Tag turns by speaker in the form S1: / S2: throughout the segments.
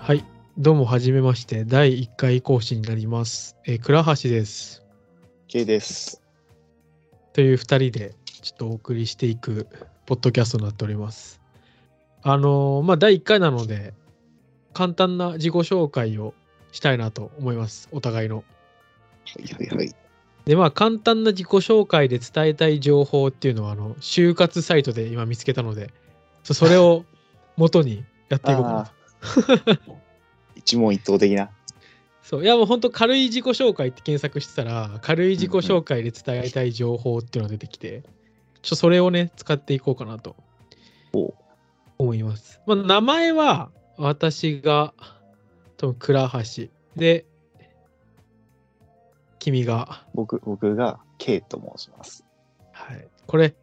S1: はい。どうも、はじめまして。第1回講師になります。えー倉橋です。
S2: K です。
S1: という2人で、ちょっとお送りしていく、ポッドキャストになっております。あのーまあ、第1回なので、簡単な自己紹介をしたいなと思います。お互いの。
S2: はいはいはい。
S1: で、まあ、簡単な自己紹介で伝えたい情報っていうのは、あの、就活サイトで今見つけたので、そそれを元にやっていこうかなと
S2: あ。一問一答的な。
S1: そういやもう本当軽い自己紹介って検索してたら軽い自己紹介で伝えたい情報っていうのが出てきて、ちょっとそれをね使っていこうかなと思います、まあ、名前は私が多分倉橋で君が、
S2: 僕、僕が K と申します。
S1: はい、これ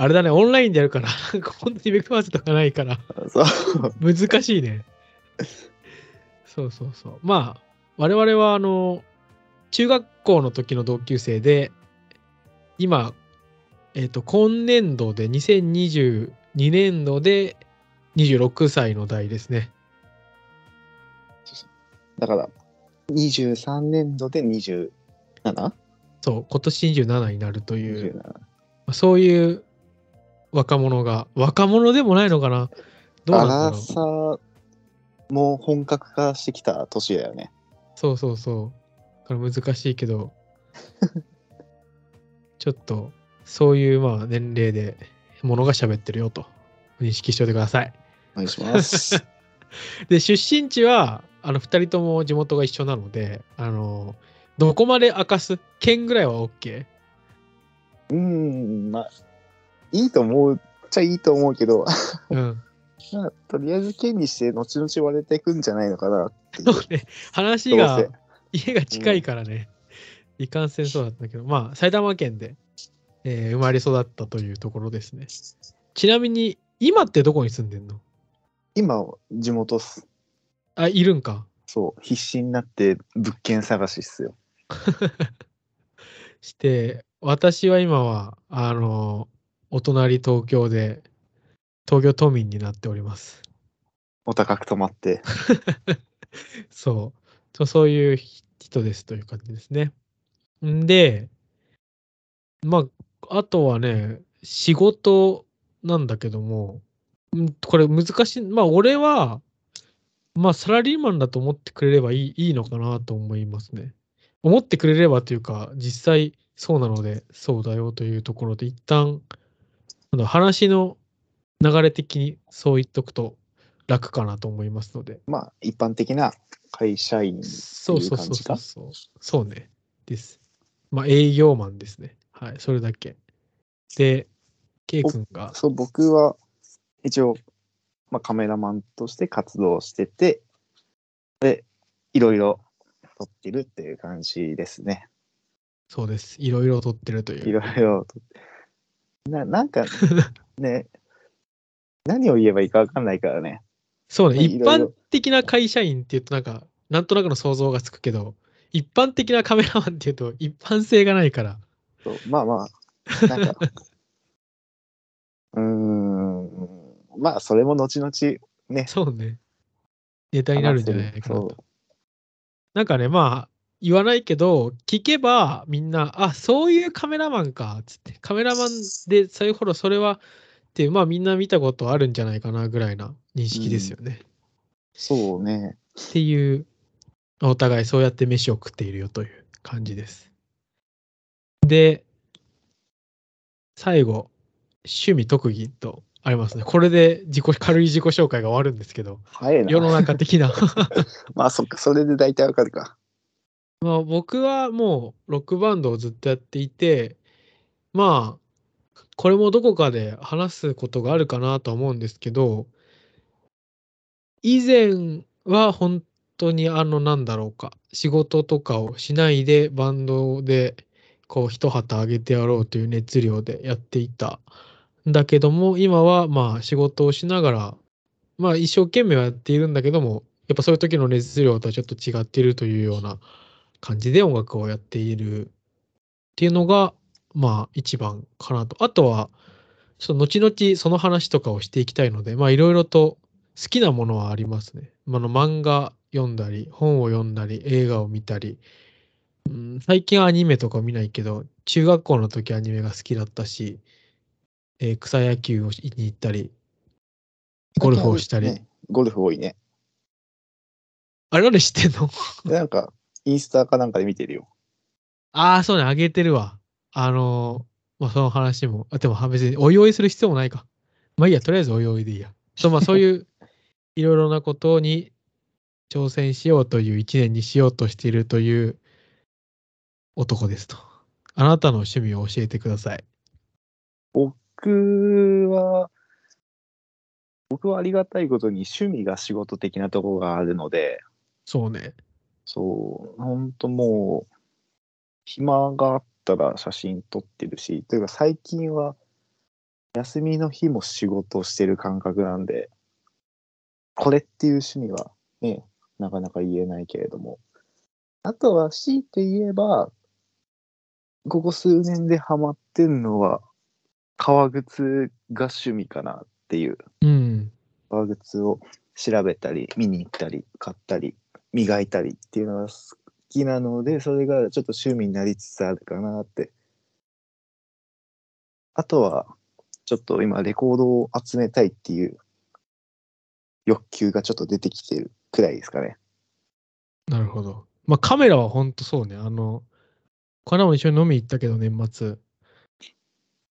S1: あれだねオンラインでやるからなんか本当にめくませとかないから
S2: そう。
S1: 難しいね。そうそうそう。まあ、我々は、あの、中学校の時の同級生で、今、えっ、と、今年度で、2022年度で26歳の代ですね。
S2: だから、23年度で 27?27?
S1: そう、今年27になるという、まあそういう若者が、若者でもないのかなどう
S2: ア
S1: なんだ
S2: ラ
S1: ろう。
S2: サーも本格化してきた年だよね。
S1: そうそうそう。だから難しいけ ど、ちょっと、そういうまあ年齢で、ものが喋ってるよと認識しておいてください。
S2: お願いします。
S1: で、出身地は、あの、二人とも地元が一緒なので、あの、どこまで明かす県ぐらいは OK?
S2: うーん、まあ、いいと思うっちゃいいと思うけど、
S1: うん。
S2: まあ、とりあえず K にして、後々割れていくんじゃないのかなっていう
S1: そうね、話
S2: ど
S1: が
S2: う、
S1: 家が近いからね、いかんせんそうだったけど、まあ、埼玉県で、えー生まれ育ったというところですね。ちなみに、今ってどこに住んでんの
S2: 今、地元っす。
S1: あ、いるんか。
S2: そう、必死になって物件探しっすよ。
S1: して、私は今は、あの、お隣東京で、東京都民になっております。
S2: お高く泊まって。
S1: そう。そそういう人ですという感じですね。んで、まあ、あとはね、仕事なんだけども、んこれ難しい。まあ、俺は、まあ、サラリーマンだと思ってくれればいいいいのかなと思いますね。思ってくれればというか、実際そうなので、そうだよというところで、一旦、あの話の流れ的にそう言っとくと楽かなと思いますので。
S2: まあ、一般的な会社員。
S1: そうそうそう
S2: っていう
S1: そう
S2: 感
S1: そう。そうね。です。まあ、営業マンですね。はい、それだけ。で、K 君が、
S2: そう、僕は一応、まあ、カメラマンとして活動してて、で、いろいろ撮ってるっていう感じですね。
S1: そうです。いろいろ撮ってるとい。
S2: いうろいろ撮って。なな んかね、何を言えばいいか分かんないからね。
S1: そうね。
S2: ね
S1: 一
S2: いろいろ
S1: 般的な会社員っていうと、なんか、なんとなくの想像がつくけど、一般的なカメラマンっていうと、一般性がないから。
S2: そうまあまあ、な んか、うーん、まあ、それも後々ね、
S1: そうね。ネタになるんじゃないかな
S2: そう
S1: と。なんかね、まあ、言わないけど、聞けばみんな、あ、そういうカメラマンか、つって、カメラマンで、そういう頃、それは、っていう、まあみんな見たことあるんじゃないかな、ぐらいな認識ですよね。
S2: そうね。
S1: っていう、お互いそうやって飯を食っているよという感じです。で、最後、趣味特技とありますね。これで自己軽い自己紹介が終わるんですけど、
S2: 早いな。
S1: 世の中的な。
S2: まあそっか、それで大体わかるか。
S1: まあ僕はもうロックバンドをずっとやっていて、まあ、これもどこかで話すことがあるかなとは思うんですけど、以前は本当にあの、なんだろうか、仕事とかをしないでバンドでこう一旗あげてやろうという熱量でやっていたんだけども、今はまあ仕事をしながら、まあ一生懸命はやっているんだけども、やっぱそういう時の熱量とはちょっと違っているというような感じで音楽をやっているっていうのが、まあ一番かなと。あとは、ちょっと後々その話とかをしていきたいので、まあいろいろと好きなものはありますね。あの漫画読んだり、本を読んだり、映画を見たり、うん、最近はアニメとか見ないけど、中学校の時アニメが好きだったし、えー草野球をしに行ったり、ゴルフをしたり。
S2: ねゴルフ多いね。
S1: あれ、あれしてんの
S2: でなんか、インスタかなんかで見てるよ。
S1: ああ、そうね、あげてるわ。あのーまあ、その話も、あ、でもは別においおいする必要もないか。まあいいや、とりあえずおいおいでいいや。そう、まあそういう、いろいろなことに挑戦しようという一年にしようとしているという男ですと。あなたの趣味を教えてください。
S2: 僕は、僕はありがたいことに趣味が仕事的なところがあるので、
S1: そうね。
S2: そう、ほんともう、暇があったら写真撮ってるし、というか最近は、休みの日も仕事をしてる感覚なんで、これっていう趣味はね、なかなか言えないけれども。あとは、強いて言えば、ここ数年でハマってんのは、革靴が趣味かなっていう。
S1: うん。
S2: 革靴を調べたり見に行ったり買ったり磨いたりっていうのが好きなのでそれがちょっと趣味になりつつあるかなってあとはちょっと今レコードを集めたいっていう欲求がちょっと出てきてるくらいですかね
S1: なるほど。まあカメラは本当そうね。あの、この間も一緒に飲み行ったけど、年末。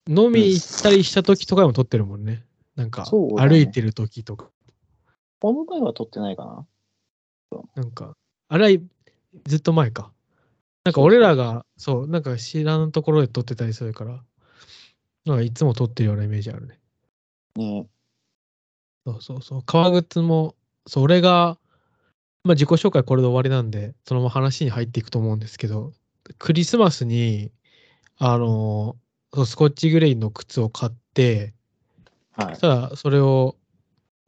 S1: 飲み行ったりした時とかでも撮ってるもんね。なんか、
S2: そうだね
S1: 歩いてる時とか。
S2: この前は撮ってないかな
S1: なんか、あれはずっと前か。なんか俺らが、そう、なんか知らんところで撮ってたりするから、なんかいつも撮ってるようなイメージあるね。
S2: ね
S1: そうそうそう。革靴も、そう、俺が、まあ自己紹介これで終わりなんで、そのまま話に入っていくと思うんですけど、クリスマスに、あの、そうスコッチグレイの靴を買って、
S2: はい
S1: ただそれを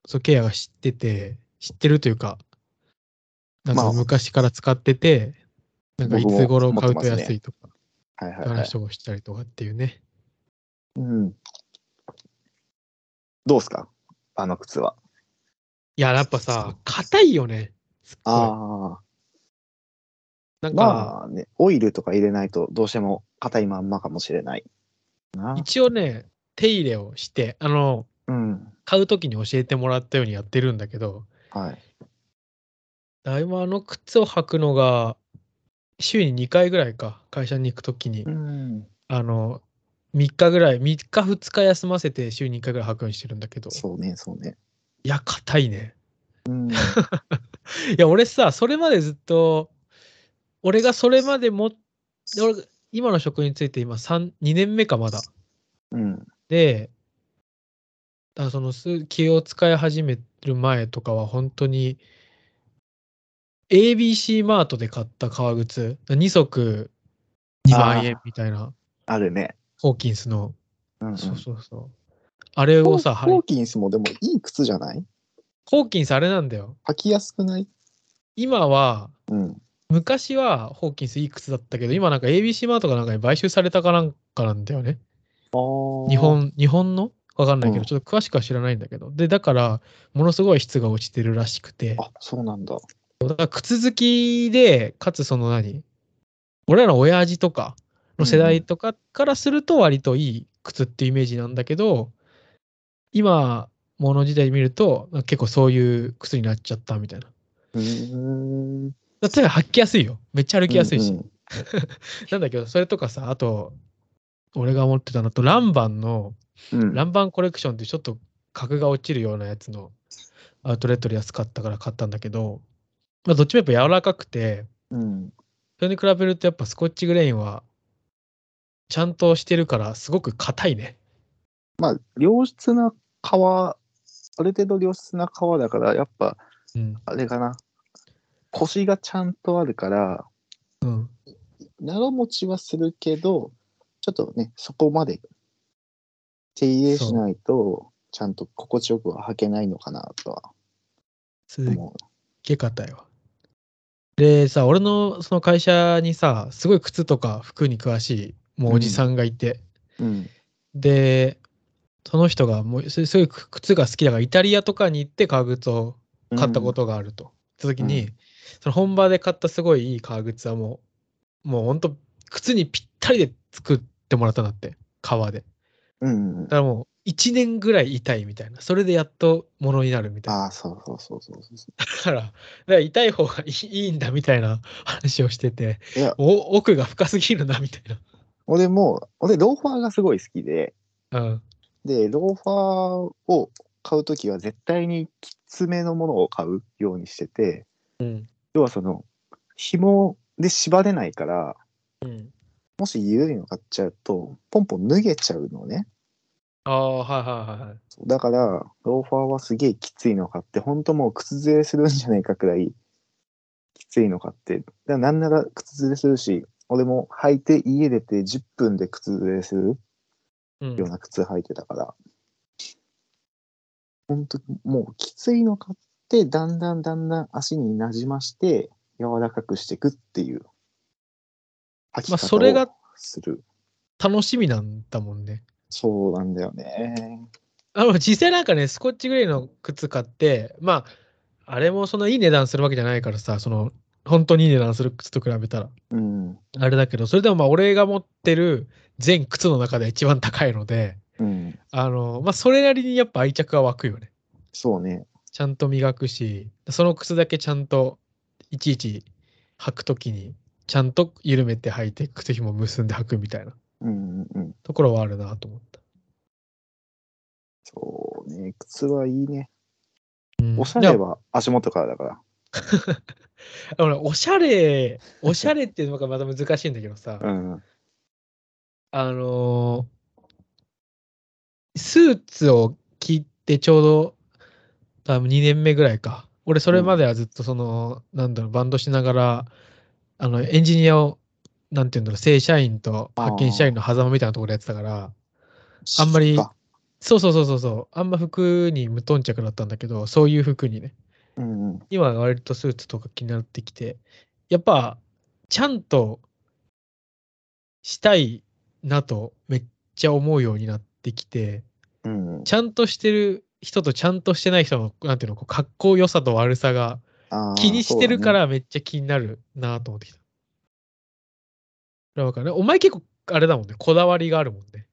S1: そうケアが知ってて知ってるというかなん
S2: ま
S1: か
S2: あ
S1: 昔から使ってて、なんかいつ頃買うと安いとか
S2: はいはいはい
S1: 話をしたりとかっていうね
S2: うんどうすかあの靴はい
S1: ややっぱさ硬いよねすっごい
S2: ああ
S1: なんか、
S2: まあね、オイルとか入れないとどうしても硬いまんまかもしれない。な。
S1: 一応ね手入れをしてあの
S2: うん。
S1: 買う時に教えてもらったようにやってるんだけど
S2: はい。
S1: だいぶあの靴を履くのが週に2回ぐらいか会社に行く時に
S2: ん。
S1: あの、3日ぐらい、3日2日休ませて週に1回ぐらい履くようにしてるんだけど、い
S2: そうね、そうね。
S1: や、硬いね。
S2: うん。
S1: いや、俺さ、それまでずっと、俺がそれまでも、俺今の職について今3、2年目かまだ。
S2: うん。
S1: で、だからそのす気を使い始める前とかは本当に ABC マートで買った革靴、2足2万円みたいな、
S2: あるね。
S1: ホーキンスの。
S2: うん、うん。
S1: そうそうそう。あれ
S2: ホ
S1: を
S2: ー
S1: さ、
S2: ホ
S1: 履い
S2: ーキンスもでもいい靴じゃない
S1: ホーキンスあれなんだよ。
S2: 履きやすくない
S1: 今は、
S2: うん。
S1: 昔はホーキンスいい靴だったけど、今なんか ABC マートかなんかに買収されたかなんかなんだよね。日。本、日本のわかんないけ
S2: うん
S1: ど、ちょっと詳しくは知らないんだけど。で、だから、ものすごい質が落ちてるらしくて、
S2: あ、そうなんだ。
S1: だから靴好きで、かつその何俺らの親父とかの世代とかからすると割といい靴っていうイメージなんだけど、今、もの時代見ると、結構そういう靴になっちゃったみたいな。
S2: うーん。
S1: だから履きやすいよ。めっちゃ歩きやすいし。
S2: うんうん
S1: なんだけど、それとかさ、あと、俺が思ってたのと、ランバンの、
S2: うん。
S1: ランバンコレクションってちょっと格が落ちるようなやつのアウトレットで安かったから買ったんだけど、まあ、どっちもやっぱ柔らかくて、
S2: うん。
S1: それに比べるとやっぱスコッチグレインは、ちゃんとしてるから、すごく硬いね。
S2: まあ、良質な革、ある程度良質な革だから、やっぱ、
S1: うん。
S2: あれかな。腰がちゃんとあるから、
S1: うん。
S2: 長持ちはするけど、ちょっとね、そこまで手入れしないと、ちゃんと心地よくは履けないのかなとは
S1: すっ
S2: 思
S1: げえ硬いわ。でさ、俺のその会社にさ、すごい靴とか服に詳しい、もうおじさんがいて、
S2: う。うん。
S1: で、その人がもうすすごい靴が好きだからイタリアとかに行って革靴を買ったことがあると。った時に、
S2: うん
S1: その本場で買ったすごいいい革靴はもうもうほんと靴にぴったりで作ってもらったんだって革で。
S2: うんうんうん
S1: だからもう1年ぐらい痛いみたいなそれでやっとものになるみたいな
S2: ああそうそうそうそうそうそ
S1: だからだから痛い方がいいいいんだみたいな 話をしてて
S2: ういや
S1: お奥が深すぎるなみたい
S2: 俺も俺ローファーがすごい好きで
S1: な。うん、
S2: でローファーを買うときは絶対にきつめのものを買うようにしてて
S1: うん
S2: 要はその紐で縛れないから
S1: うん、
S2: もし緩いの買っちゃうとポンポン脱げちゃうのね
S1: ああはいはいはいはい。
S2: そうだからローファーはすげえきついの買ってほんともう靴ずれするんじゃないかくらいきついの買ってだからなんなら靴ずれするし俺も履いて家出て10分で靴ずれする
S1: うん
S2: ような靴履いてたから、本当もうきついの買って、だんだんだんだん足になじまして、柔らかくしていくっていう、履き
S1: まあ、それ
S2: 方
S1: が
S2: をする。
S1: 楽しみなんだもんね。
S2: そうなんだよね。
S1: あの実際なんかね、スコッチグレーの靴買って、まあ、あれもそんないい値段するわけじゃないからさ、その、本当にいい値段する靴と比べたら、
S2: うん。
S1: あれだけど、それでもまあ、俺が持ってる全靴の中で一番高いので、
S2: うん。
S1: あの、まあ、それなりにやっぱ愛着は湧くよね。
S2: そうね。
S1: ちゃんと磨くし、その靴だけちゃんと、いちいち履くときに、ちゃんと緩めて履いて、靴紐結んで履くみたいな
S2: うんうんうん。
S1: ところはあるなと思った。
S2: そうね。靴はいいね。
S1: うん
S2: おしゃれは足元からだから。
S1: あのねおしゃれ、おしゃれっていうのがまた難しいんだけどさ、
S2: うん。
S1: あのースーツを着てちょうど多分2年目ぐらいか。俺それまではずっとその、なんだろう、バンドしながら、あの、エンジニアを、なんていうんだろう、正社員と派遣社員の狭間みたいなところでやってたから、あんまり
S2: そっか
S1: そうそうそうそうそう、あんま服に無頓着だったんだけど、そういう服にね。
S2: うんうん。
S1: 今割とスーツとか気になってきて、やっぱちゃんとしたいなとめっちゃ思うようになってきて、
S2: うんうん。
S1: ちゃんとしてる人とちゃんとしてない人の、なんていうの、こう格好良さと悪さが
S2: あー
S1: 気にしてるか。
S2: そうだね
S1: らめっちゃ気になるなと思ってきた。だからね、お前結構あれだもんね、こだわりがあるもんね。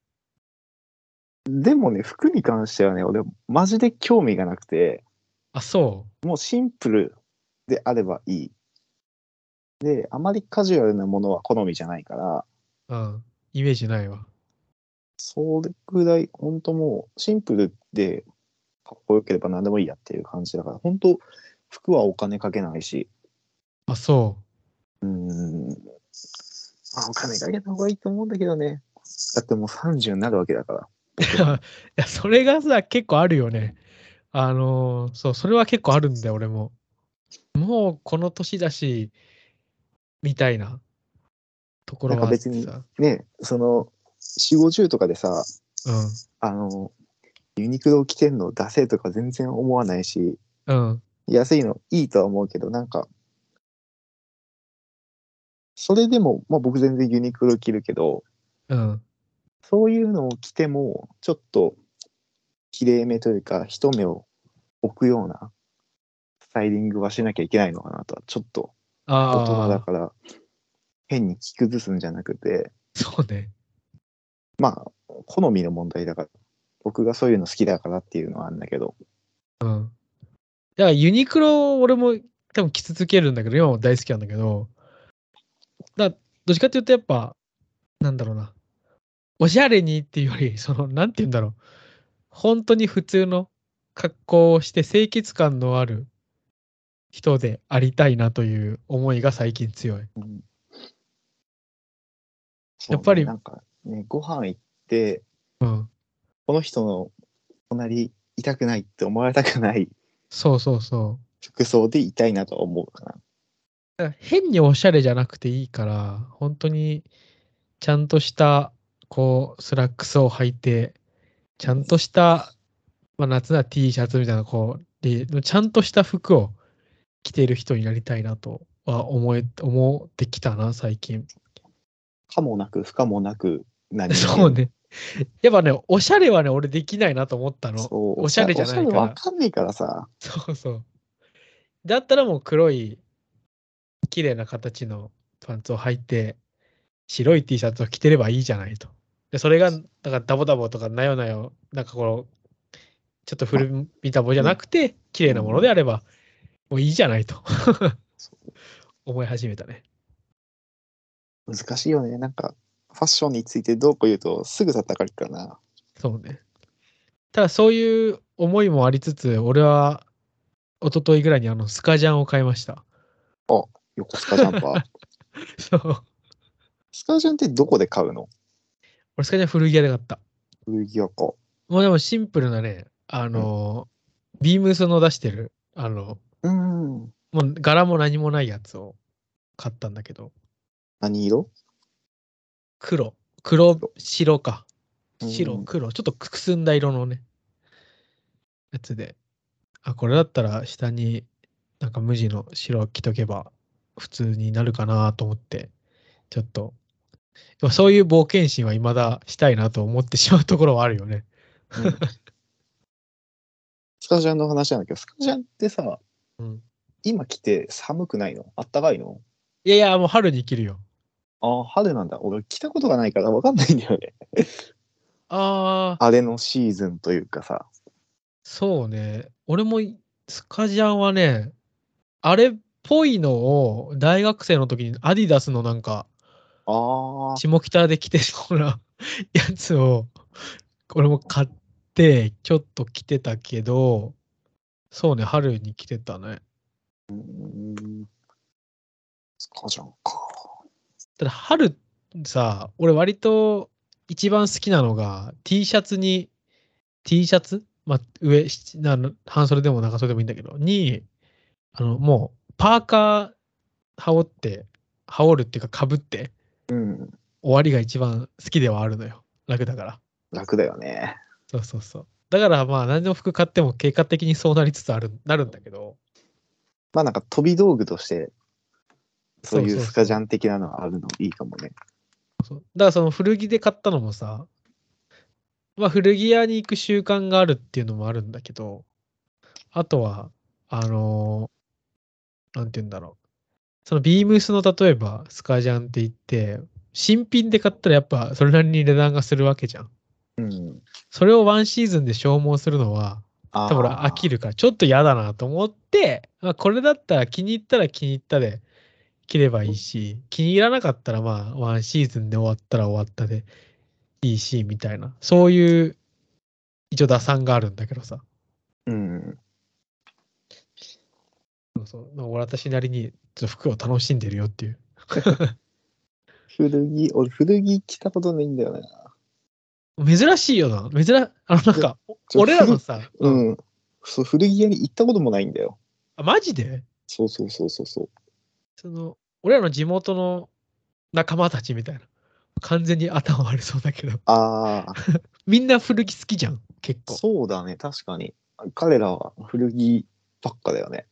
S2: でもね、服に関してはね、俺、マジで興味がなくて。
S1: あ、そ
S2: もうシンプルであればいい。で、あまりカジュアルなものは好みじゃないから、
S1: う。うん。イメージないわ。
S2: それくらい、本当もう、シンプルでかっこよければ何でもいいやっていう感じだから、本当服はお金かけないし、
S1: あ、そう。
S2: うーん、まあ、お金かけた方がいいと思うんだけどね。だってもう30になるわけだから。
S1: いやそれがさ結構あるよね。あのーそうそれは結構あるんだよ俺も。もうこの年だしみたいなところはあってさ。
S2: なんね、その、4、50とかでさ、
S1: う
S2: あの、ユニクロ着てんのダセーとか全然思わないし、
S1: んうん
S2: 安いのいいとは思うけど、なんか、それでも、まあ僕全然ユニクロ着るけど、
S1: うん
S2: そういうのを着ても、ちょっと、きれいめというか、一目を置くような、スタイリングはしなきゃいけないのかなとは、ちょっと、大人
S1: あ
S2: だ
S1: あ
S2: から、変に着崩すんじゃなくて、
S1: そうね。
S2: まあ、好みの問題だから、僕がそういうの好きだからっていうのはあるんだけど、
S1: うん。だからユニクロ俺も多分着続けるんだけど今も大好きなんだけどだからどっちかっていうとやっぱなんだろうなおしゃれにっていうよりそのなんて言うんだろう本当に普通の格好をして清潔感のある人でありたいなという思いが最近強い。
S2: うん
S1: やっぱり
S2: そうねなんかね、ご飯行って、
S1: うん。
S2: この人の隣痛くないって思われたくない
S1: そうそうそう。
S2: 服装でいたいなとは思うかな。
S1: だから変におしゃれじゃなくていいから、本当にちゃんとした、こう、スラックスを履いて、ちゃんとした、まあ、夏なら T シャツみたいな、こう、で、ちゃんとした服を着てる人になりたいなとは思え、思ってきたな、最近。
S2: 可もなく不可もなく何も
S1: そうね。やっぱね、おしゃれはね、俺できないなと思ったの。
S2: そう
S1: おしゃれじゃないから
S2: おしゃれわかんないからさ。
S1: そうそう。だったらもう黒い、綺麗な形のパンツを履いて、白い T シャツを着てればいいじゃないと。でそれが、だからダボダボとかなよなよ、なんかこの、ちょっと古びたぼじゃなくて、綺麗なものであれば、もういいじゃないと
S2: そ
S1: 思い始めたね。
S2: 難しいよね。なんか、ファッションについてどうこう言うと、すぐ叩かれるからな。
S1: そうね。ただそういう思いもありつつ、俺は一昨日ぐらいにあのスカジャンを買いました。
S2: 横須賀ジャ ンパー。
S1: そう。
S2: スカジャンってどこで買うの
S1: 俺スカジャン古着屋で買った。
S2: 古着屋か。
S1: もうでもシンプルなね、あの、ビームスの出してる、あの、
S2: うん。
S1: もう柄も何もないやつを買ったんだけど、
S2: 何色
S1: 黒、黒、白か。
S2: うん
S1: 白、黒、ちょっとくすんだ色のね、やつで、あ、これだったら下になんか無地の白着とけば普通になるかなと思って、ちょっと、でもそういう冒険心は未だしたいなと思ってしまうところはあるよね。
S2: うんスカジャンの話なんだけど、スカジャンってさ、
S1: うん
S2: 今着て寒くないのあったかいの
S1: いやいや、もう春に着るよ。
S2: ああ、春なんだ。俺着たことがないから分かんないんだよね。
S1: ああ、
S2: あれのシーズンというかさ。
S1: そうね。俺もいスカジャンはね、あれっぽいのを大学生の時にアディダスのなんか、
S2: ああ、
S1: 下北で着てそうな やつを俺も買ってちょっと着てたけどそうね春に着てたね
S2: うんスカジャンか。
S1: ただ春さ俺割と一番好きなのが T シャツに T シャツ、まあ、上しな半袖でも長袖でもいいんだけどにあのもうパーカー羽織って羽織るっていうかかぶって
S2: うん。
S1: 終わりが一番好きではあるのよ楽だから
S2: 楽だよね。
S1: そうそうそう。だからまあ何の服買っても結果的にそうなりつつあるなるんだけど、
S2: まあなんか飛び道具として、そうい
S1: そうそ
S2: う
S1: うそう
S2: スカジャン的なのがあるのいいかもね。
S1: だからその古着で買ったのもさ、まあ古着屋に行く習慣があるっていうのもあるんだけど、あとは、あのーなんて言うんだろう。そのビームスの例えばスカジャンって言って、新品で買ったらやっぱそれなりに値段がするわけじゃん。
S2: うん。
S1: それをワンシーズンで消耗するのは、
S2: あ
S1: 多分俺飽き
S2: る。
S1: るからちょっと嫌だなと思って、まあ、これだったら気に入ったら気に入ったで着ればいいし気に入らなかったらまあワンシーズンで終わったら終わったでいいしみたいなそういう一応打算があるんだけどさ
S2: うん。
S1: そうそうまあ俺私なりにちょっと服を楽しんでるよっていう
S2: 古着、俺古着着たことないんだよね。
S1: 珍しいよな珍あのなんか俺らのさ、
S2: う
S1: うん
S2: ん。そう、古着屋に行ったこともないんだよ。
S1: あマジで
S2: そうそうそうそうそう。
S1: その俺らの地元の仲間たちみたいな完全に頭悪そうだけど
S2: ああ、
S1: みんな古着好きじゃん結構
S2: そうだね。確かに。彼らは古着ばっかだよね。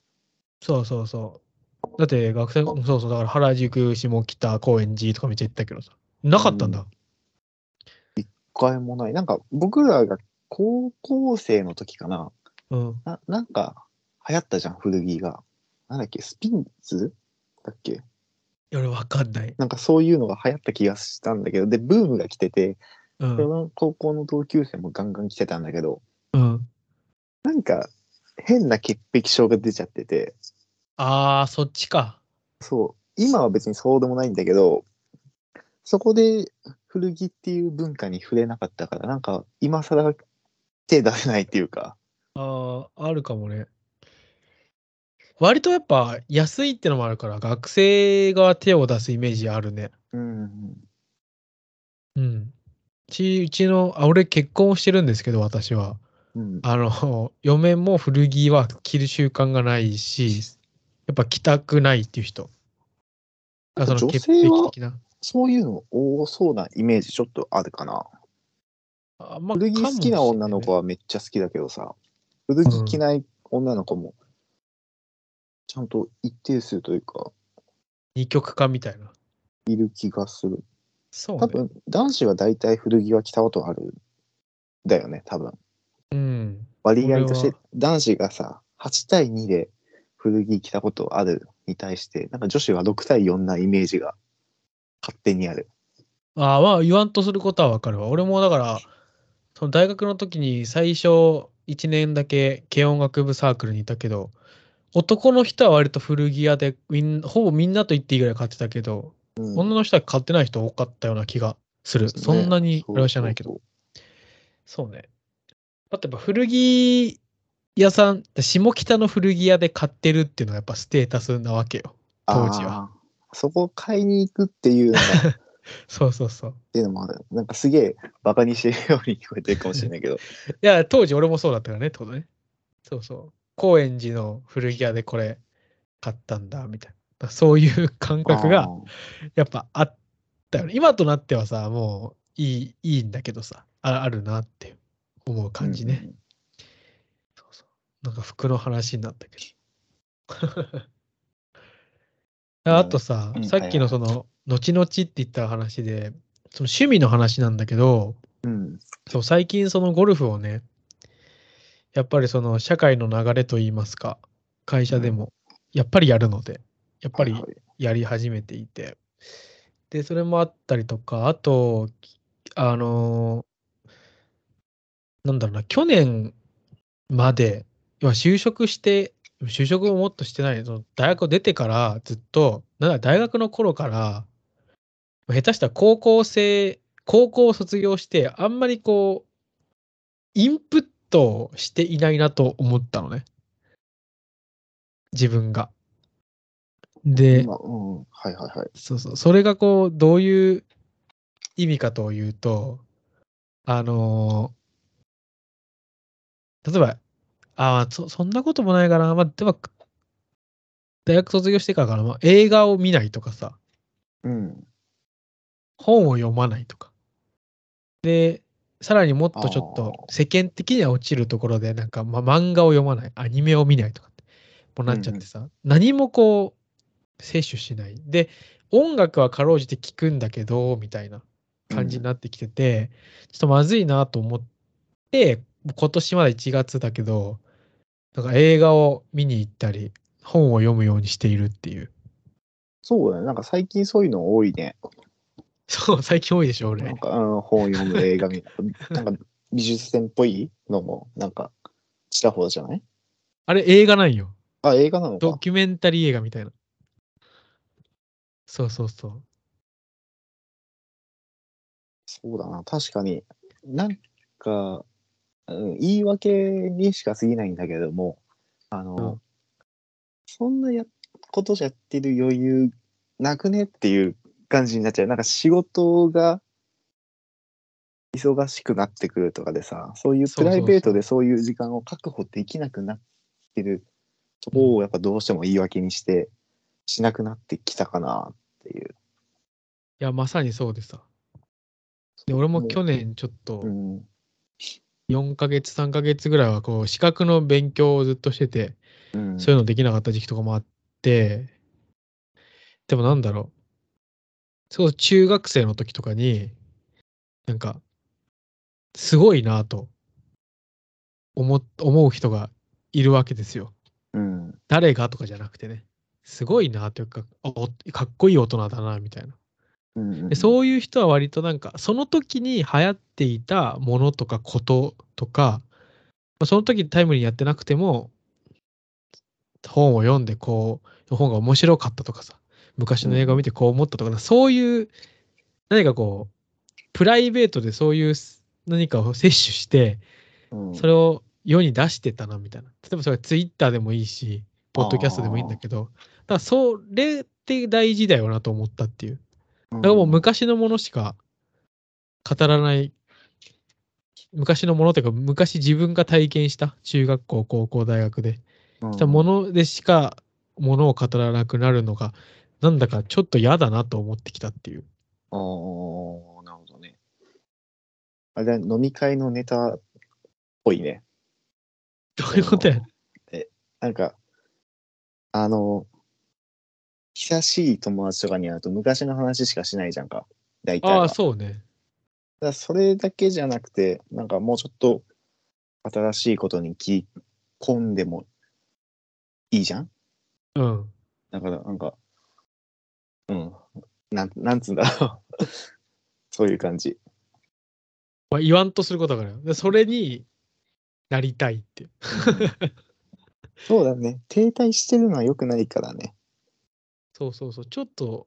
S1: そうそうそう。だって学生、そうそう、だから原宿、下北、高円寺とかめっちゃ行ったけどさ。なかったんだ。
S2: 一回もない。なんか僕らが高校生の時かな。
S1: うん。
S2: ななんか流行ったじゃん、古着が。なんだっけ、スピンツだっけ
S1: いや俺わかんない。
S2: なんかそういうのが流行った気がしたんだけど、で、ブームが来てて、
S1: う
S2: そ
S1: ん。
S2: の高校の同級生もガンガン来てたんだけど、
S1: うん。
S2: なんか変な潔癖症が出ちゃってて、
S1: ああ、そっちか。
S2: そう、今は別にそうでもないんだけど、そこで古着っていう文化に触れなかったから、なんか今更手出せないっていうか、
S1: ああ、あるかもね。割とやっぱ安いってのもあるから、学生が手を出すイメージあるね。
S2: うん、
S1: うん。うち、うちの、あ、俺結婚してるんですけど、私は。
S2: うん、
S1: あの、嫁も古着は着る習慣がないし、やっぱ着たくないっていう人。だからその
S2: 女
S1: 潔
S2: 性
S1: 癖
S2: は
S1: 的な。
S2: そういうの多そうなイメージちょっとあるかな。
S1: あまあ
S2: 古着好きな女の子はめっちゃ好きだけどさ、古着着ない女の子も、ちゃんと一定数というか、
S1: 二極化みたいな。
S2: いる気がする。
S1: そう
S2: 多
S1: ね。
S2: 分、男子は大体古着は着たことあるんだよね、多分。
S1: うん。
S2: 割合とし
S1: こ
S2: て、男子がさ、8対2で古着着たことあるに対して、なんか女子は6対4なイメージが勝手にある。
S1: ああ、まあ、言わんとすることはわかるわ。俺もだから、その大学の時に最初1年だけ軽音楽部サークルにいたけど、男の人は割と古着屋でみん、ほぼみんなと言っていいぐらい買ってたけど、
S2: うん
S1: 女の人は買ってない人多かったような気がする。そんなに、俺は知らないけど。。そうね。あとやっぱ古着屋さん、下北の古着屋で買ってるっていうのがやっぱステータスなわけよ。当時は
S2: は。そこ買いに行くっ ていうのが、っ
S1: そうそうそう。
S2: ていうのもある。なんかすげえバカにしてるように聞こえてるかもしれな いけど。
S1: いや、当時俺もそうだったからねってことね。そうそう。高円寺の古着屋でこれ買ったんだみたいな。そういう感覚
S2: あ
S1: が
S2: ー
S1: やっぱあったよね。今となってはさ、もういいいいんだけどさ、ああるなって思う感じね。。そうそうなんか服の話になったけ ど。
S2: うん
S1: あとさ、
S2: うん
S1: さっきのその、後々って言った話で、その趣味の話なんだけど、
S2: うんうん。
S1: そう最近そのゴルフをね、やっぱりその社会の流れといいますか、会社でも、やっぱりやるので、やっぱり
S2: はいはい
S1: やり始めていて、で、それもあったりとか、あと、きあのーなんだろうな、去年まで、要は就職して、就職をもっとしてない、その大学を出てからずっと、なんだ大学の頃から、下手したら高校生、高校を卒業して、あんまりこう、インプットをしていないなと思ったのね。自分が。で、
S2: 今うん。はいはいはい。
S1: そうそう。それがこう、どういう意味かというと、あのー例えば、ああ、そそんなこともないかな。まあ、でも、大学卒業してからかな、まあ、映画を見ないとかさ、
S2: うん。
S1: 本を読まないとか。で、さらにもっとちょっ
S2: あ
S1: と世間的には落ちるところで、なんか、まあ、漫画を読まない、アニメを見ないとかって、もうなっちゃってさ、何もこう、摂取しない。で、音楽はかろうじて聴くんだけど、みたいな感じになってきてて、ちょっとまずいなと思って、今年まだ1月だけど、なんか映画を見に行ったり、本を読むようにしているっていう。
S2: そうだね。なんか最近そういうの多いね。
S1: そう、最近多いでしょ、
S2: な
S1: 俺
S2: ん。か、うん、本読む映画見る。なんか美術展っぽいのも、なんか、ちらほらじゃない
S1: あれ映画なんよ。
S2: あ、映画なの
S1: ド
S2: か。
S1: キュメンタリー映画みたいな。そうそうそう。
S2: そうだな。確かに。なんか、うん、言い訳にしか過ぎないんだけども、あの、
S1: うん
S2: そんなやことじゃやってる余裕なくねっていう感じになっちゃう。なんか仕事が忙しくなってくるとかでさ、そういう
S1: そう
S2: プ
S1: そう
S2: ラ
S1: そう
S2: イベートでそういう時間を確保できなくなってるところをやっぱどうしても言い訳にしてしなくなってきたかなっていう。
S1: いや、まさにそうでさ。で、俺も去年ちょっと
S2: うん、
S1: 4ヶ月、3ヶ月ぐらいはこう、資格の勉強をずっとしてて、
S2: うん
S1: そういうのできなかった時期とかもあって、でもなんだろう。そう、中学生の時とかに、なんか、すごいなと思っ、思う人がいるわけですよ。
S2: うん
S1: 誰がとかじゃなくてね、すごいなというか、おかっこいい大人だなみたいな。で
S2: うん
S1: そういう人は割となんか、その時に流行っていたものとかこととか、まあその時タイムリーにやってなくても、本を読んでこう、本が面白かったとかさ、昔の映画を見てこう思ったとか、そういう、何かこう、プライベートでそういう何かを摂取して、
S2: うん
S1: それを世に出してたなみたいな。例えばそれはツイッターでもいいし、ポッドキャストでもいいんだけど、だからそれって大事だよなと思ったっていう。だからもう昔のものしか語らない、昔のものというか、昔自分が体験した中学校、高校、大学で、したものでしかものを語らなくなるのが、なんだかちょっと嫌だなと思ってきたっていう。
S2: ああ、なるほどね。あれだ飲み会のネタっぽいね。
S1: どういうことや
S2: なんか、あの、久しい友達とかに会うと昔の話しかしないじゃんか。大体
S1: あ
S2: は。
S1: あ、そうね。
S2: だからそれだけじゃなくて、なんかもうちょっと新しいことに切り込んでもいいじゃん
S1: うん。
S2: だからなんか、うん、なんなんつうんだろう。 そういう感じ。
S1: まあ、言わんとすることだからよ。でそれになりたいっていう。
S2: そうだね。停滞してるのは良くないからね。
S1: そうそうそう。ちょっと、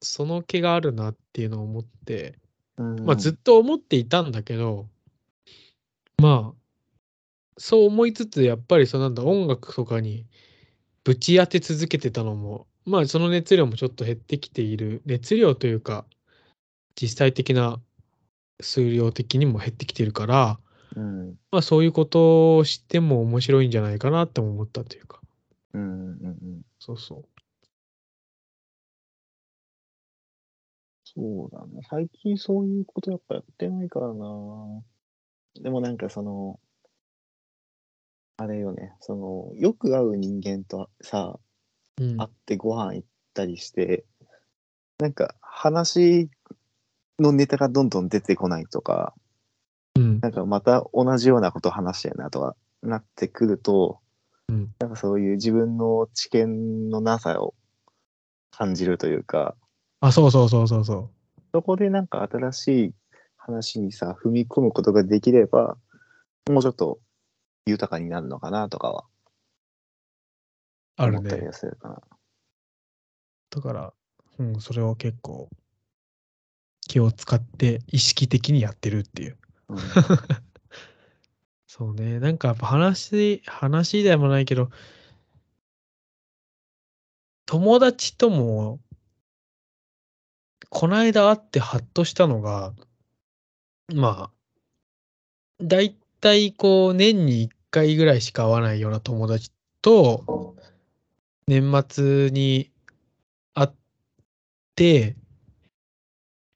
S1: その気があるなっていうのを思って、
S2: うん
S1: まあ、ずっと思っていたんだけど、まあ、そう思いつつ、やっぱりそうなんだ、音楽とかにぶち当て続けてたのも、まあ、その熱量もちょっと減ってきている、熱量というか、実際的な数量的にも減ってきてるから、
S2: うん
S1: まあ、そういうことをしても面白いんじゃないかなっても思ったというか、
S2: うんうんうん。
S1: そうそう。
S2: そうだね。最近そういうことやっぱやってないからな。でもなんかその、あれよね、その、よく会う人間とさ、
S1: うん、
S2: 会ってご飯行ったりして、なんか話のネタがどんどん出てこないとか、
S1: うん
S2: なんかまた同じようなこと話してるなとかなってくると、
S1: うん
S2: なんかそういう自分の知見のなさを感じるというか、
S1: あ、そうそうそうそうそ
S2: そこでなんか新しい話にさ、踏み込むことができれば、もうちょっと豊かになるのかなとか
S1: う。
S2: は
S1: あ
S2: 思
S1: る
S2: ったり
S1: ね
S2: は。するかな。
S1: だから、うん、それを結構気を使って意識的にやってるっていう。
S2: うん
S1: そうね。なんかやっぱ話、話でもないけど、友達とも、こないだ会ってハッとしたのが、まあ、だいたいこう年に1回ぐらいしか会わないような友達と、年末に会って、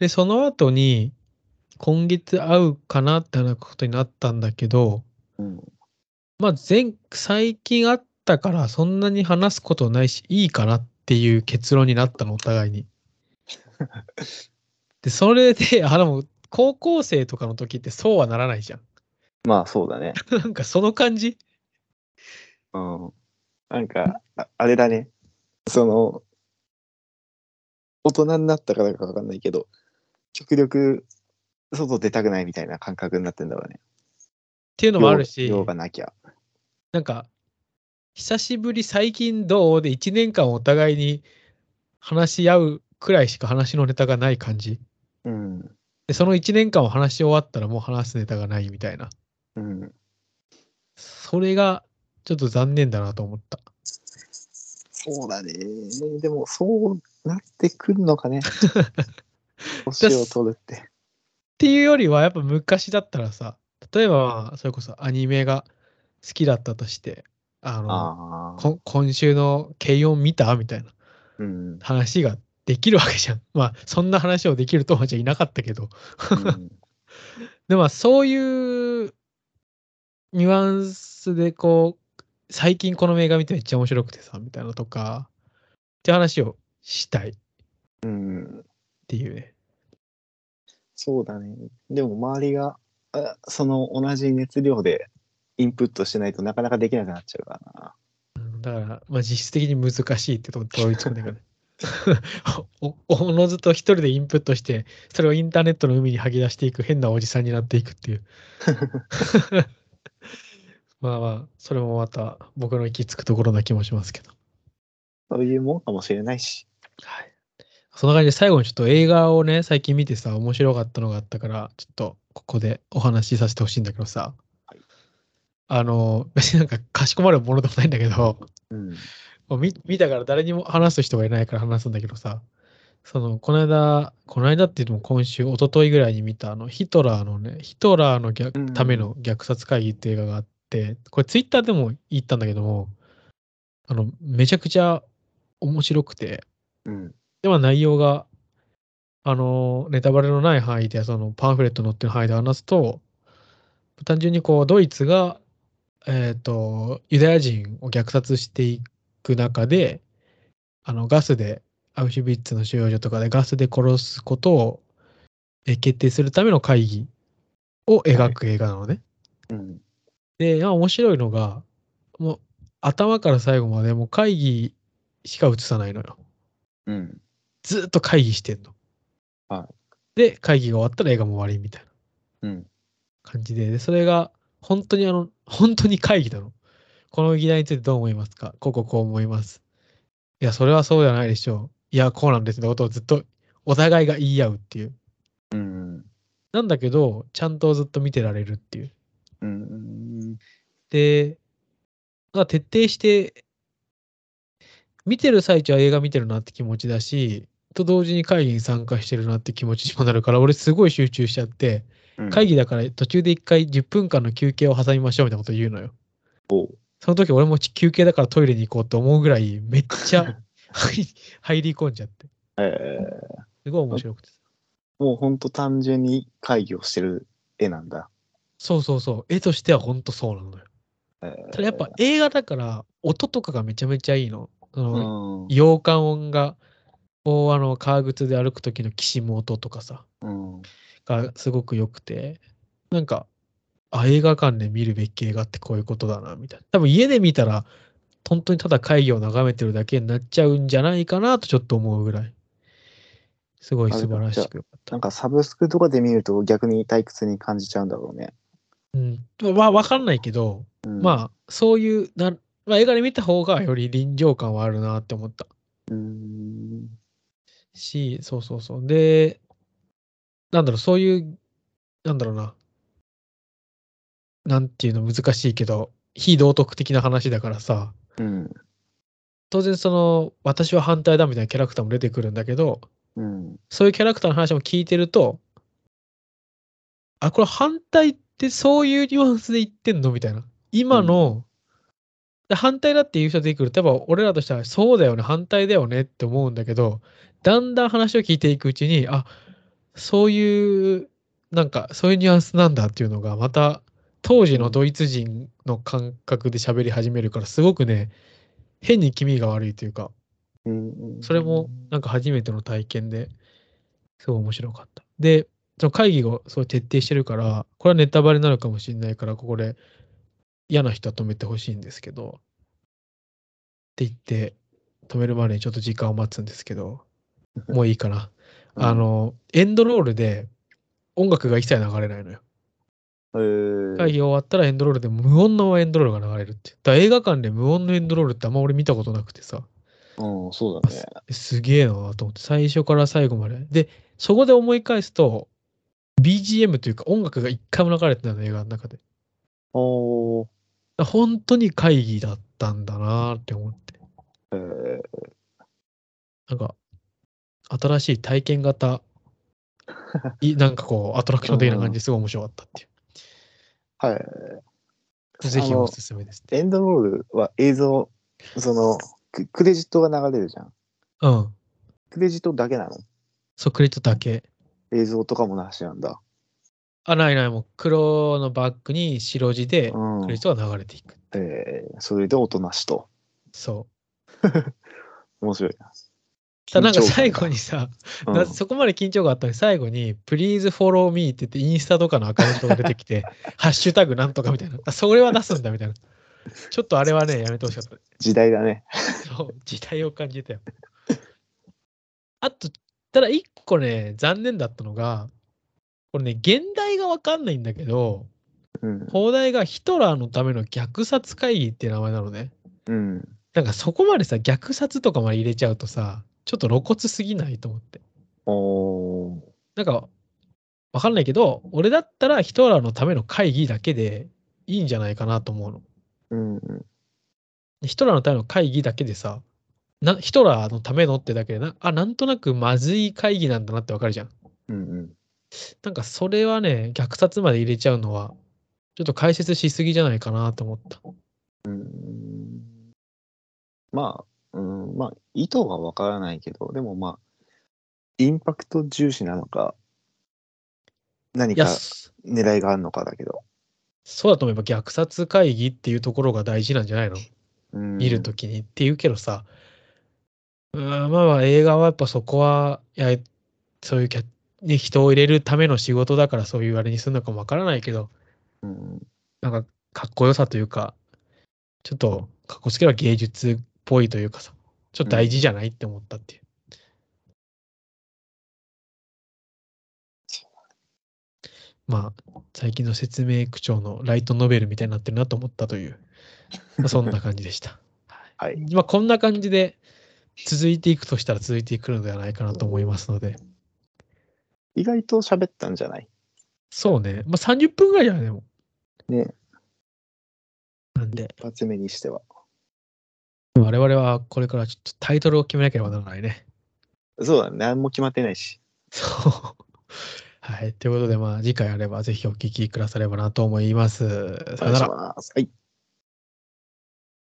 S1: で、その後に、今月会うかなってなことになったんだけど、
S2: うん
S1: まあ前、最近会ったからそんなに話すことないし、いいかなっていう結論になったの、お互い に。で、それで、あ、でも、高校生とかの時ってそうはならないじゃん。
S2: まあそうだね。
S1: なんかその感じ
S2: うん。なんか、ああれだね。その、大人になったからかわかんないけど、極力、外出たくないみたいな感覚になってんだろうね。
S1: っていうのもあるし。
S2: 用用がなきゃ。
S1: なんか、久しぶり、最近どうで、1年間お互いに話し合うくらいしか話のネタがない感じ。
S2: うん。
S1: で、その1年間を話し終わったらもう話すネタがないみたいな。
S2: うん。
S1: それが、ちょっと残念だなと思った。
S2: そうだね。でも、そうなってくるの かね。年を取るって。
S1: っていうよりはやっぱ昔だったらさ例えばそれこそアニメが好きだったとしてあの
S2: ああ。
S1: こ今週の「軽音見た?」みたいな
S2: うん。
S1: 話ができるわけじゃん まあそんな話をできる友達はいなかったけど
S2: うん
S1: でもそういうニュアンスでこう最近この映画見てめっちゃ面白くてさみたいなとかって話をしたいっ
S2: うん。
S1: ていうね
S2: そうだね。でも、周りが、あその同じ熱量でインプットしないとなかなかできなくなっちゃうからな。
S1: うんだから、まあ、実質的に難しいってところにたどり着くんだけどね。おおのずと一人でインプットしてそれをインターネットの海に吐き出していく変なおじさんになっていくっていうまあまあそれもまた僕の行き着くところな気もしますけど、
S2: そういうもんかもしれないし。
S1: はい、そんな感じで最後にちょっと映画をね最近見てさ面白かったのがあったからちょっとここでお話しさせてほしいんだけどさ、
S2: はい
S1: あの別になんかかしこまるものでもないんだけど
S2: うん。
S1: もう見見たから誰にも話す人がいないから話すんだけどさ、その、この間、この間っていうのも今週、一昨日ぐらいに見たあの、ヒトラーのね、ヒトラーの
S2: うんう
S1: 逆
S2: ん
S1: ための虐殺会議っていう映画があって、これツイッターでも言ったんだけども、あの、めちゃくちゃ面白くて、
S2: うん。
S1: では内容が、あの、ネタバレのない範囲で、そのパンフレットの載ってる範囲で話すと、単純にこう、ドイツが、えっ、と、ユダヤ人を虐殺していく中で、あの、ガスで、アウシュビッツの収容所とかでガスで殺すことをえー決定するための会議を描く映画なのね。
S2: うん。
S1: で、まあ面白いのが、もう頭から最後までもう会議しか映さないのよ。
S2: うん。
S1: ずーっと会議してんの。
S2: は
S1: で、会議が終わったら映画も終わりみたいな
S2: うん。
S1: 感じで、でそれが本当にあの、本当に会議なの。この議題についてどう思いますかこうこうこう思います。いや、それはそうじゃないでしょう。いや、こうなんですってことをずっとお互いが言い合うっていう。
S2: うん。
S1: なんだけど、ちゃんとずっと見てられるっていう。
S2: うん。
S1: で、まあ、徹底して、見てる最中は映画見てるなって気持ちだし、と同時に会議に参加してるなって気持ちにもなるから、俺すごい集中しちゃって、会議だから途中で一回10分間の休憩を挟みましょうみたいなこと言うのよ。その時俺も休憩だからトイレに行こうと思うぐらい、めっちゃ入り入り込んじゃって。
S2: えー
S1: すごい面白くて。
S2: もうほんと単純に会議をしてる絵なんだ。
S1: そうそうそう。絵としてはほんとそうなのよ。
S2: え
S1: ただやっぱ映画だから、音とかがめちゃめちゃいいの。その
S2: うん。
S1: 洋館音がこうあの革靴で歩く時のきしむ音とかさ
S2: うん。
S1: がすごく良くてなんかあ映画館で見るべき映画ってこういうことだなみたいな多分家で見たら本当にただ会議を眺めてるだけになっちゃうんじゃないかなとちょっと思うぐらいすごい素晴らしく良かっ
S2: な
S1: た
S2: んかサブスクとかで見ると逆に退屈に感じちゃうんだろうね。
S1: うんまあ分かんないけど、
S2: うん、あ。
S1: まあそういうな、まあ、映画で見た方がより臨場感はあるなって思った
S2: うん。
S1: し、そうそうそう。で、なんだろう、そういう、なんだろうな、なんていうの難しいけど、非道徳的な話だからさ、
S2: うん。
S1: 当然その、私は反対だみたいなキャラクターも出てくるんだけど、
S2: うん。
S1: そういうキャラクターの話も聞いてると、あ、これ反対ってそういうニュアンスで言ってんのみたいな。今の、で反対だっていう人出てくると、やっぱ俺らとしてはそうだよね、反対だよねって思うんだけど、だんだん話を聞いていくうちに、あ、そういう、なんかそういうニュアンスなんだっていうのが、また当時のドイツ人の感覚で喋り始めるから、すごくね、変に気味が悪いというか、
S2: うん。
S1: それもなんか初めての体験ですごい面白かった。で、その会議をそう徹底してるから、これはネタバレになるかもしれないから、ここで嫌な人は止めてほしいんですけど、って言って、止めるまでにちょっと時間を待つんですけど、もういいかな。
S2: うん
S1: あ、の、エンドロールで音楽が一切流れないのよ。
S2: えー、
S1: 会議終わったらエンドロールで無音のエンドロールが流れるって。だから映画館で無音のエンドロールってあんま俺見たことなくてさ。
S2: うん、そうだね。
S1: すげえなと思って、最初から最後まで。で、そこで思い返すと、BGM というか音楽が一回も流れてないの、映画の中で。
S2: おー。
S1: 本当に会議だったんだなって思って。
S2: えー、
S1: なんか、新しい体験型、 いなんかこう、アトラクション的な感じですごい面白かったってい
S2: はい。
S1: う。ぜひおすすめですね。
S2: エンドロールは映像、その、ククレジットが流れるじゃん。
S1: うん。
S2: クレジットだけなの
S1: そう、クレジットだけ。
S2: 映像とかもなしなんだ。
S1: あ、ないない、もう黒のバッグに白地で
S2: うん
S1: クレジットが流れていく。
S2: えー、それで音なしと。
S1: そう。
S2: 面白いな。
S1: ただなんか
S2: 緊張感
S1: 最後にさ、
S2: うん
S1: だそこまで緊張があったのに最後に「Please follow me」って言ってインスタとかのアカウントが出てきて 「ハッシュタグなんとか」みたいなあそれは出すんだみたいなちょっとあれはねやめてほしかった
S2: 時代だね。
S1: そう時代を感じたよあとただ一個ね残念だったのがこれね現代がわかんないんだけど
S2: うん。
S1: 放題がヒトラーのための虐殺会議っていう名前なのね
S2: うん。
S1: なんかそこまでさ虐殺とかまで入れちゃうとさちょっと露骨すぎないと思って
S2: おー。
S1: なんか、わかんないけど、俺だったらヒトラーのための会議だけでいいんじゃないかなと思うの。
S2: うん。
S1: ヒトラーのための会議だけでさ、なヒトラーのためのってだけでな、あ、なんとなくまずい会議なんだなってわかるじゃん。
S2: うん。
S1: なんかそれはね、虐殺まで入れちゃうのは、ちょっと解説しすぎじゃないかなと思った。
S2: うん。まあ、うん、まあ、意図はわからないけど、でもまあ、インパクト重視なのか、何
S1: いや、
S2: か
S1: そ
S2: 狙いがあるのかだけど。
S1: そうだと思えば虐殺会議っていうところが大事なんじゃないの
S2: うん
S1: 見るときにっていうけどさ、うーん、まあまあ映画はやっぱそこは、いや、そういうキャに人を入れるための仕事だからそういうあれにするのかもわからないけど、
S2: うん、
S1: なんかかっこよさというか、ちょっとかっこつければ芸術っぽいというかさ、ちょっと大事じゃないって思ったっていう。まあ、最近の説明口調のライトノベルみたいになってるなと思ったという、まあ、そんな感じで した。
S2: はい。
S1: まあ、こんな感じで続いていくとしたら続いていくのではないかなと思いますので、
S2: 意外と喋ったんじゃない
S1: そうね、まあ、30分ぐらいじゃないでも。
S2: ね
S1: なんで、
S2: 一発目にしては。
S1: 我々はこれからちょっとタイトルを決めなければならないね。
S2: そうだね。何も決まってないし。
S1: そう。はい。ということで、まあ、次回あれば、ぜひお聞きくださればなと思います。さよなら。
S2: お願いしますはい。